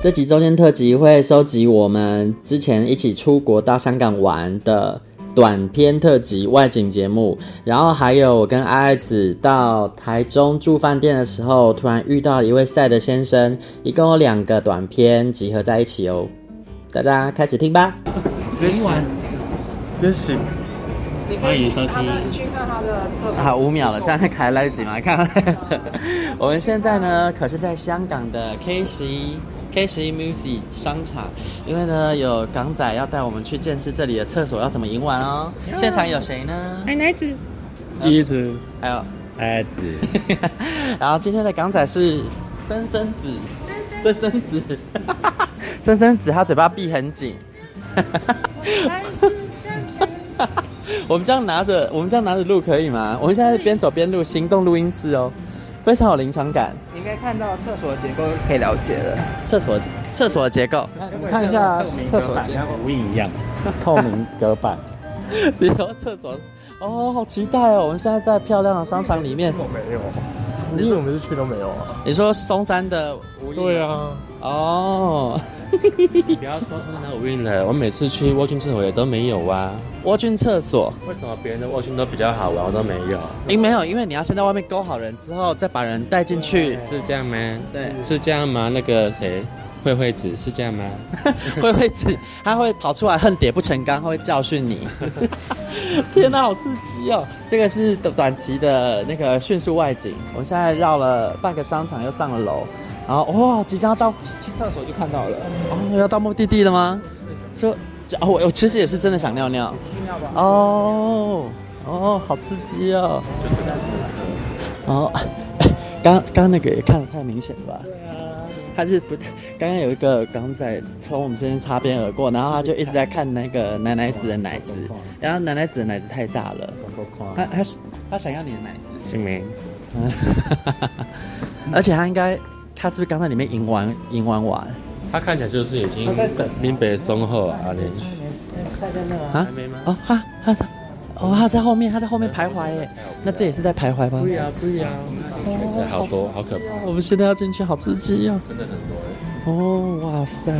这集周间特辑会收集我们之前一起出国到香港玩的短片特辑外景节目，然后还有我跟阿爱子到台中住饭店的时候，突然遇到一位赛德先生，一共有两个短片集合在一起哦。大家开始听吧。直接洗，直接洗。你可以去他的去看他的侧好，五秒了，这样还来得及吗？看， 我们现在呢，可是在香港的 K 十一 K 十一 Music 商场，因为呢有港仔要带我们去见识这里的厕所要怎么赢玩哦。现场有谁呢？奶奶子，一直哎还有，阿紫， 然后今天的港仔是森森子，森森子， 森森子，他嘴巴闭很紧。 我们这样拿着，我们这样拿着录可以吗？我们现在边走边录，行动录音室哦，非常有临场感。你应该看到厕所结构可以了解了。厕所厕所的结构，看一下厕所像无印一样， 透明隔板。比如说厕所，哦，好期待哦！我们现在在漂亮的商场里面。没有，你以为我们是去都没有啊？你说松山的无印？对。啊，哦，你不要说他们有 win 了，我每次去沃郡厕所也都没有啊。蜗菌厕所，为什么别人的沃郡都比较好玩，我都没有？因没有，因为你要先在外面勾好人之后，再把人带进去。是这样吗？对，是这样吗？那个谁，慧慧子是这样吗？会会子，他会跑出来恨铁不成钢，他会教训你。 天哪，好刺激哦！这个是短短期的那个迅速外景，我们现在绕了半个商场，又上了楼，然后啊哇，即将要到去厕所就看到了，哦，要到目的地了吗？说，哦，我我其实也是真的想尿尿。听到吧？哦，哦，好刺激哦！哦， 刚刚刚那个也看得太明显了吧？他是不，刚刚有一个港仔从我们身边擦边而过，然后他就一直在看那个奶奶子的奶子，然后奶奶子的奶子太大了，他他是他想要你的奶子，姓名？ 而且他应该他是不是刚在里面赢完赢完完他看起来就是已经林北松后啊，你啊还没吗？哦，他他他，哦，他在后面，他在后面徘徊耶。那这也是在徘徊吗？对呀、对哦好多，好可怕，我们现在要进去，好刺激哦！真的很多。哦，哇塞，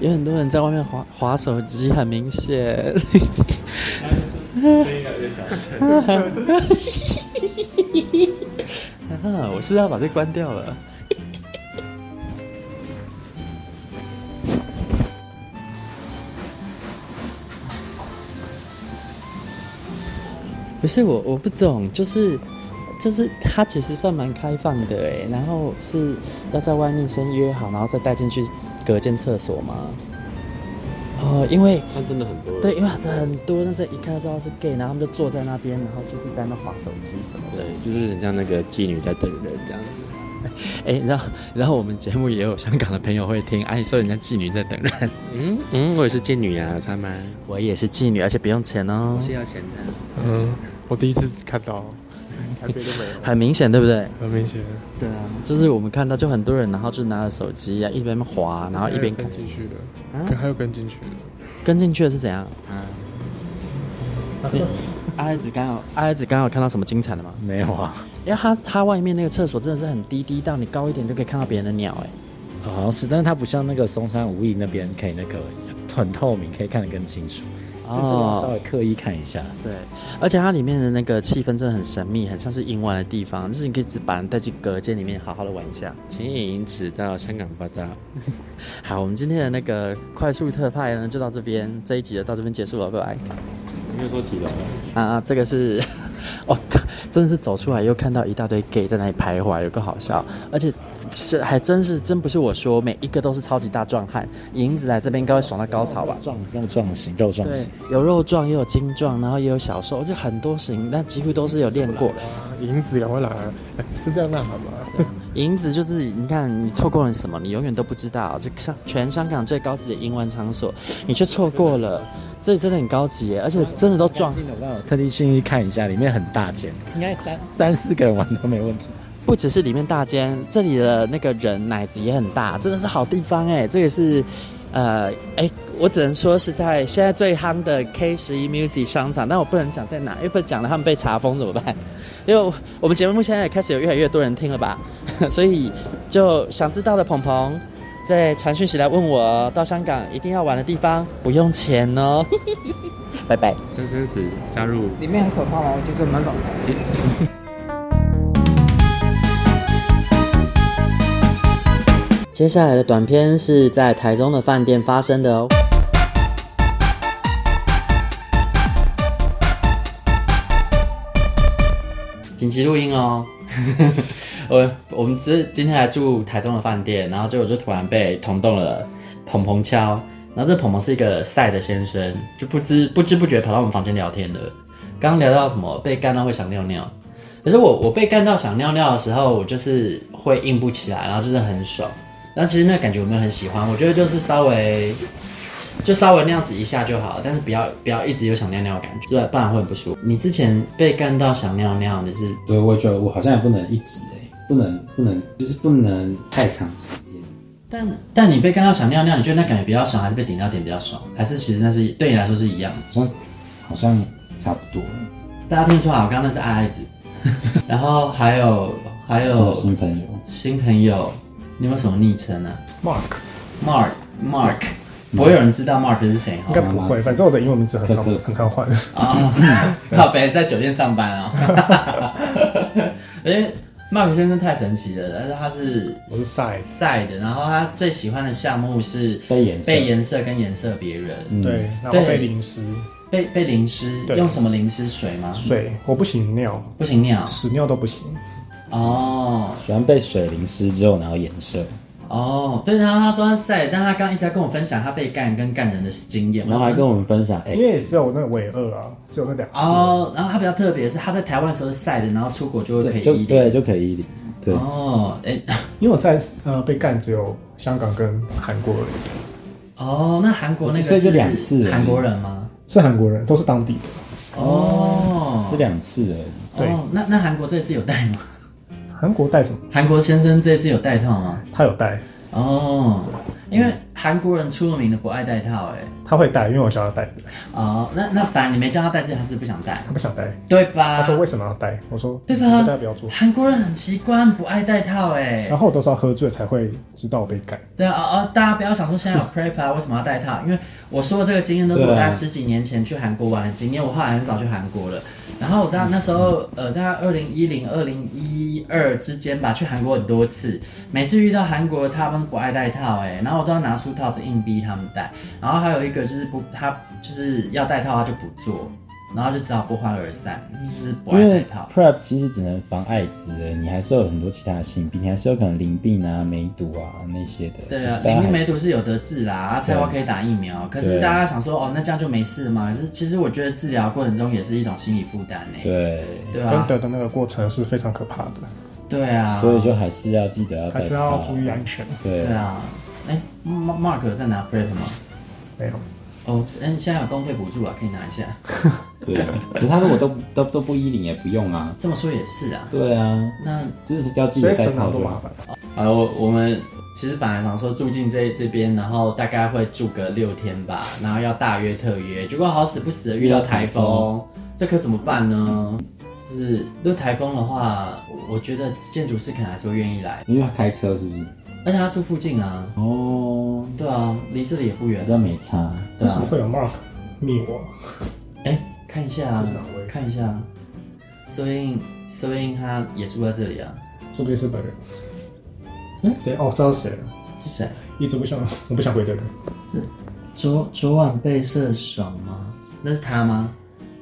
有很多人在外面划划手机，很明显。 啊，我是要把这关掉了。不是我，我不懂，就是就是它其实算蛮开放的哎，然后是要在外面先约好，然后再带进去隔间厕所吗？哦，因为但真的很多人。对，因为很多那这一看就知道是 gay，然后他们就坐在那边，然后就是在那划手机什么的。对，就是很像那个妓女在等人这样子。哎、然后然后我们节目也有香港的朋友会听，哎、你说人家妓女在等人，嗯嗯，我也是妓女啊，有差吗？ 我也是妓女，而且不用钱哦，要钱的。嗯，我第一次看到，台北都没有，很明显，对不对？很明显。哦对啊，就是我们看到就很多人，然后就拿着手机啊，一边滑，然后一边还有看啊跟进去的，可还有跟进去的，跟进去的是怎样？啊，嗯阿爱子刚好，阿爱子刚好看到什么精彩的吗？没有 啊，因为他他外面那个厕所真的是很低低到你高一点就可以看到别人的鸟哎、好哦像是，但是它不像那个松山无印那边可以那个很透明，可以看得更清楚。就这个稍微刻意看一下，哦对，而且它里面的那个气氛真的很神秘，很像是阴玩的地方，就是你可以只把人带进隔间里面好好的玩一下。请野银指到香港报道。好，我们今天的那个快速特派呢就到这边，这一集就到这边结束了，拜拜。就说几楼了？啊，这个是， 哦，真的是走出来又看到一大堆 gay 在那里徘徊，有个好笑，而且是还真是真不是我说，每一个都是超级大壮汉，银子来这边应该会爽到高潮吧？壮肉壮型，肉壮对型，，有肉壮，也有精壮，然后也有小瘦，就很多型，但几乎都是有练过。银子赶快来啊，是这样呐喊吗？银子就是你看，你错过了什么，你永远都不知道。就像全香港最高级的英文场所，你却错过了，这里真的很高级耶，而且真的都壮。我刚好特地进去看一下，里面很大间，应该三三四个人玩都没问题。不只是里面大间，这里的那个人奶子也很大，真的是好地方哎。这个是，呃，哎，我只能说是在现在最夯的 K 十一 Music 商场，但我不能讲在哪，因为不然讲了他们被查封怎么办？因为我们节目现在也开始有越来越多人听了吧， 所以就想知道的鹏鹏。在传讯息来问我到香港一定要玩的地方，不用钱哦， 拜拜。三三十加入里面很可怕吗？我就是蛮找不接下来的短片是在台中的饭店发生的哦。紧急录音哦！ 我我们这今天来住台中的饭店，然后结果就突然被捅动了捧捧敲，然后这捧捧是一个赛的先生，就不知不知不觉跑到我们房间聊天的。刚聊到什么被干到会想尿尿，可是我我被干到想尿尿的时候，我就是会硬不起来，然后就是很爽。那其实那感觉我没有很喜欢，我觉得就是稍微就稍微那样子一下就好了，但是不要不要一直有想尿尿的感觉，对，不然会很不舒服。你之前被干到想尿尿，你是对，我觉得我好像也不能一直哎、不能不能，就是不能太长时间。但但你被干到想尿尿，你觉得那感觉比较爽，还是被顶到点比较爽？还是其实那是对你来说是一样的？好像好像差不多。大家听得出来，我刚刚那是爱爱子， 然后还有还有有新朋友，新朋友，你有没有什么昵称啊 Mark ？Mark Mark，不会有人知道 Mark 是谁应哈该不会，反正我的英文名字很常可可很常换。啊， 老白在酒店上班啊、 哦，因为 Mark 先生太神奇了，但是他是我是赛赛的，然后他最喜欢的项目是被颜色被颜色跟颜色别人，嗯对，然后对被淋湿被被淋湿，对用什么淋湿水吗？水，我不行尿，不行尿屎尿都不行。哦喜欢被水淋湿之后，然后颜色，哦，对，然后他说他晒，但他刚刚一直在跟我分享他被干跟干人的经验， 然后还跟我们分享，哎、因为也只有那尾二啊，只有那两次。哦，然后他比较特别的是他在台湾的时候是晒的，然后出国就会可以就一对就可以一零，对，哦，哎、因为我在呃被干只有香港跟韩国而已，哦，那韩国那个所以就是两次而已韩国人吗？是韩国人，都是当地的。哦，就两次而已。对哦，那那韩国这次有带吗？ 韩国带什么？韩国先生这次有带套吗？他有带，哦，因为韩国人出了名的不爱带套、哎，他会带，因为我叫他带，哦，那那反正你没叫他带，这他是不想带，他不想带。对吧？他说为什么要带？我说对吧你不带不要做。韩国人很奇怪，不爱带套、哎然，后我都是要喝醉才会知道我被干。对啊，哦哦，大家不要想说现 在有 prep 啊，为什么要带套？因为我说的这个经验都是我对啊大概十几年前去韩国玩的经验，我后来很少去韩国了。然后我大那时候嗯呃，大概二零一零、二零一二之间吧，去韩国很多次，每次遇到韩国他们不爱戴套、欸，哎，然后我都要拿出套子硬逼他们戴。然后还有一个就是不，他就是要戴套他就不做，然后就只好不欢而散，就是不爱因戴为套。 prep 其实只能防艾滋而已，你还是有很多其他的性病，你还是有可能淋病啊、梅毒啊那些的。对啊，就是大淋家还病是梅毒是有得治啦，啊菜花可以打疫苗。可是对大家想说，哦，那这样就没事嘛？可是其实我觉得治疗过程中也是一种心理负担呢。对，对跟啊，得的那个过程是非常可怕的，对啊，所以就还是要记得要戴还是要套注意安全。对对啊。哎，Mark-，Mark 有在拿 Prep 吗？没有，哦，嗯，现在有公费补助啊，可以拿一下。对。可是他如果都都都不一零也不用啊。这么说也是啊。对啊，那就是要记所得以戴省了套很多就麻好。烦。好了，我我们其实本来想说住进这这边，然后大概会住个六天吧，然后要大约特约，结果好死不死的遇到台风，这可怎么办呢？就是如果台风的话，我我觉得建筑师可能还是会愿意来，因为要开车是不是？而且他住附近啊，哦，对啊，离这里也不远好，像没差。对为什啊么，会有 Mark 密我？哎，看一下啊这是哪位，看一下啊，说不定说不定他也住在这里啊，说不定是本人。哎，对哦，知道是谁了，是谁？一直不想，我不想回的人。昨昨晚被射爽吗？那是他吗？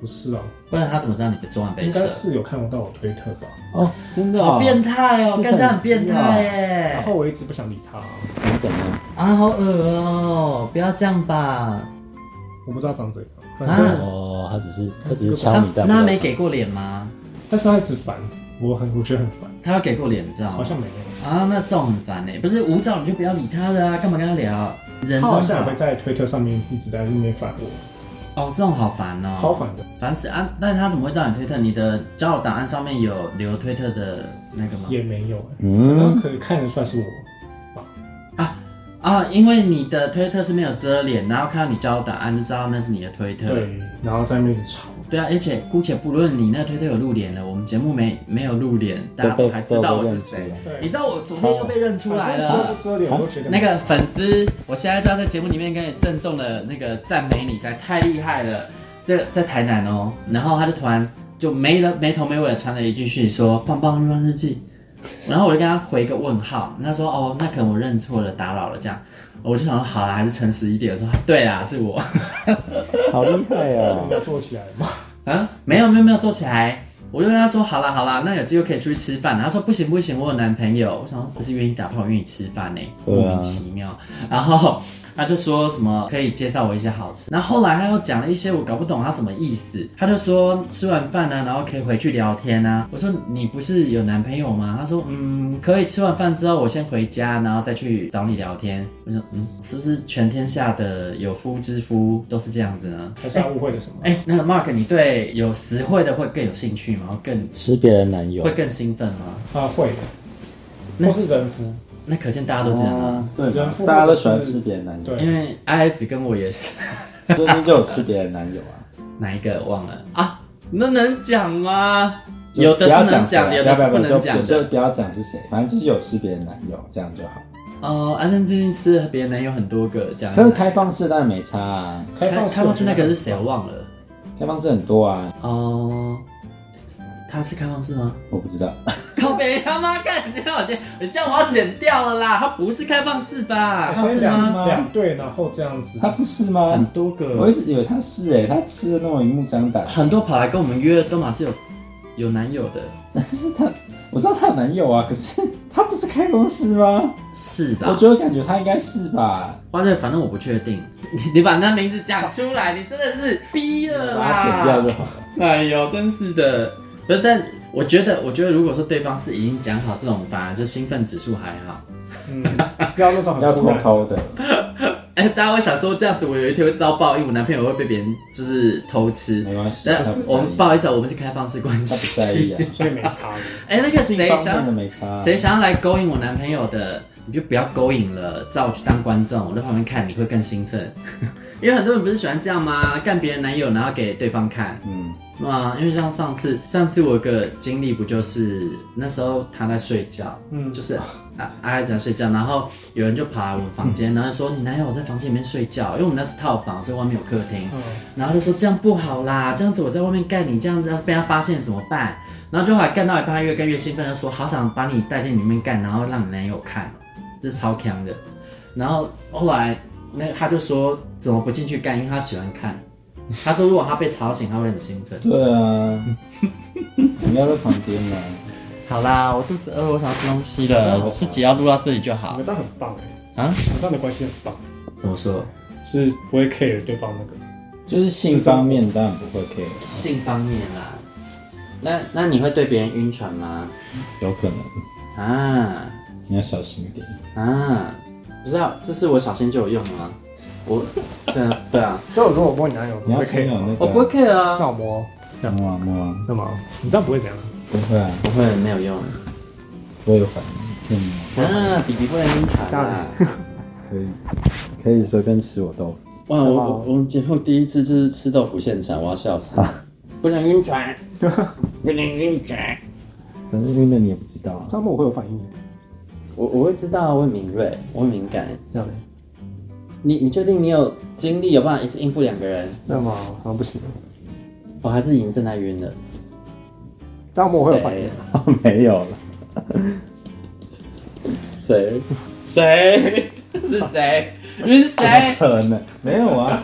不是啊，不然他怎么知道你的昨晚被应该射？是有看到我推特吧。哦，真啊的、哦，好变态哦，啊是干这样很粉丝变哦态耶！然后我一直不想理他，长怎样？啊，好恶哦！不要这样吧。我不知道长怎样，反正、啊，哦，他只是他只是那敲你蛋，那他没给过脸吗？但是他一直烦，我很我觉得很烦，他有给过脸照吗，好像没有。啊，那这种很烦呢。不是无照你就不要理他了啊，干嘛跟他聊？人真啊他好像也好会在推特上面一直在那边烦我，哦，这种好烦哦，超烦的。烦死啊！那他怎么会知道你推特？你的交友档案上面有留推特的那个吗？也没有、欸，嗯可能看得出来是我。啊，因为你的推特是没有遮脸，然后看到你交友档案就知道那是你的推特。对，然后在那边一直吵，对啊，而且姑且不论你那推特有露脸了，我们节目没没有露脸，大家都还知道我是谁。对你知道我昨天又被认出来反正遮了不。遮脸，我都觉得哦那个粉丝，我现在就要在节目里面跟你郑重的那个赞美你，实在太厉害了。这在台南哦，然后他就突然就没了没头没尾的传了一句讯说“棒棒日光日记”，然后我就跟他回一个问号，他说哦，那可能我认错了，打扰了这样。我就想说好啦，还是诚实一点，我说对啦，是我。好厉害我哦！要坐起来嘛。啊，没有没有没有做起来。我就跟他说好啦好啦，那有机会可以出去吃饭。他说不行不行，我有男朋友。我想说不是愿意打炮，愿意吃饭呢、莫名其妙。然后他就说什么可以介绍我一些好吃。然后后来他又讲了一些我搞不懂他什么意思。他就说吃完饭呢、然后可以回去聊天啊。我说你不是有男朋友吗？他说嗯，可以吃完饭之后我先回家，然后再去找你聊天。我说嗯，是不是全天下的有夫之夫都是这样子呢？还是他误会了什么？哎、那个 Mark，你对有实惠的会更有兴趣吗？更啊吃别人男友会，更兴奋吗？啊，会的，那都是人夫，那可见大家都这样啊，对人嘛父，大家或都者喜欢是吃别人男友，对因为 I 子跟我也是 中间就有吃别人男友啊。哪一个忘了啊？那能讲吗？就有的不要是能谁讲啊的，有不的要不是要不能就讲有时候的。不要讲是谁，反正就是有吃别人男友，这样就好。哦，安正最近吃了别人男友很多个，这样可是开放式当然没差啊，开放式开放式那个是谁？啊我我忘了。开放式很多啊，哦，他是开放式吗？我不知道。靠北他妈干掉！你这样我要剪掉了啦！他不是开放式吧？觉得哎他所以是两吗？两对，然后这样子，他不是吗？很多我个一，直以为啊他是哎、他吃的那种明目张胆，很多跑来跟我们约，都马是有有男友的。 但是他我知道他有男友啊，可是他不是开公司吗？是吧？我觉得感觉他应该是吧，花瑞，反正我不确定。 你你把那名字讲出来，你真的是逼了把它剪掉啦！就好了。哎呦，真是的。不是，但我觉得，我觉得如果说对方是已经讲好这种，反而就兴奋指数还好。嗯，要那种要很突偷然，偷的，哎、大家会想说，这样子我有一天会遭报应，我男朋友会被别人就是偷吃。没关系，但哎他不在我们意，不好意思啊，我们是开放式关他不在系。意啊。所以没差的。哎、那个谁性方面想的没差啊、谁想要来勾引我男朋友的，你就不要勾引了，照我去当观众，我在旁边看，你会更兴奋。 因为很多人不是喜欢这样吗？干别人男友，然后给对方看，嗯，啊，因为像上次，上次我有个经历不就是那时候他在睡觉，嗯就是啊阿姨在睡觉，然后有人就跑来我们房间，然后说你男友在房间里面睡觉，因为我们那是套房，所以外面有客厅，嗯，然后就说这样不好啦，这样子我在外面干你，这样子要是被他发现怎么办？然后就后来干到一半，他越干越兴奋，就说好想把你带进里面干，然后让你男友看，这是超强的。然后后来那他就说怎么不进去干，因为他喜欢看。他说如果他被吵醒，他会很兴奋。对啊，你要在旁边啊嘛、好啦，我肚子饿，我想要吃东西了，我自己要录到这里就你好们。这样很棒哎、啊你们这样的关系很棒，怎么说？是不会 care 对方那个。就是性方面当然不会 care，性方面啦。那那你会对别人晕船吗？有可能啊你要小心一点。啊，不知道，这是我小心就有用吗？我，对啊对啊，所以我如果我摸你男友，你你要会先 care 有吗？那我不会个 care 啊，那我摸，摸啊摸啊，那么你这样不会怎样？不会啊，不会没有用。我有反应，可以吗？啊，比比不能晕船啊！ 可以，可以随便吃我豆腐。哇，我我我们节目第一次就是吃豆腐现场，我要笑死。啊不能晕船， 不能晕船。反正因为你也不知道 啊这，样摸我会有反应耶，我我会知道，我会敏锐，我会敏感。这样嘞？你你确定你有精力有办法一次应付两个人？那么好像不行，我还是已经正在晕了。这样摸我会有反应谁。没有了。谁？谁？是谁？你是 谁？可能没有 啊，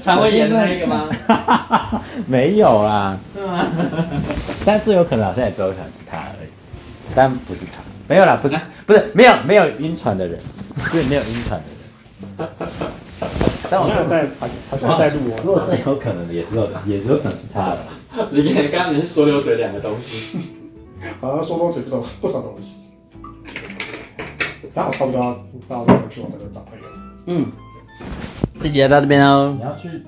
肠胃炎那一个吗？ 没有 啦。对吗？但最有可能好像也只有可能是他而已，但不是他，没有啦，不是，不是，没有没有晕船的人，是没有晕船的人。但我在好好像在录啊 我，如果最有可能的也只有也只有可能是他了。你看，刚刚你是说溜嘴两个东西，好像说多嘴不少不少东西。但我差不多要到这去我那个找朋友。嗯，这集就到这边哦。你要去？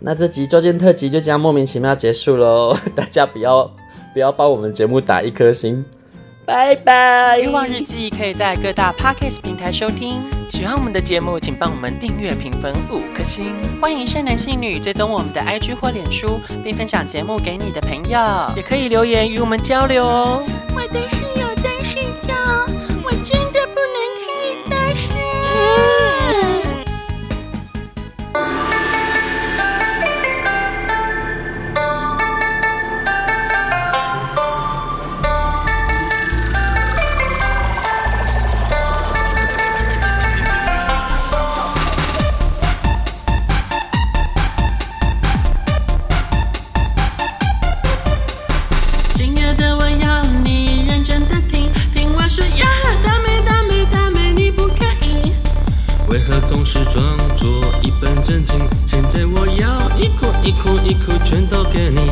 那这集周间特辑就这样莫名其妙结束喽，大家不要不要帮我们节目打一颗星，拜拜。欲望日记可以在各大 podcast 平台收听。喜欢我们的节目，请帮我们订阅、评分五颗星。欢迎善男信女追踪我们的 IG 或脸书，并分享节目给你的朋友，也可以留言与我们交流哦。我的室友在睡觉，我真的不能看。亲爱的，我要你认真的听，听我说呀，大美大美大美，你不可以。为何总是装作一本正经？现在我要一哭一哭一哭，全都给你。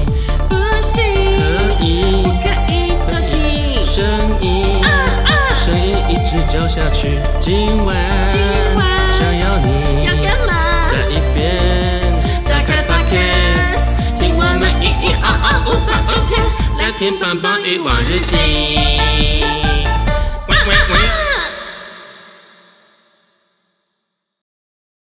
不行，可以不可以，可以。声音啊，啊，声音一直叫下去。今晚，今晚想要你要干嘛？在一边打开 Podcast，听我们咿咿啊啊无法无天，来来听听棒棒棒棒欲欲望望日日记。啊记。喂喂喂。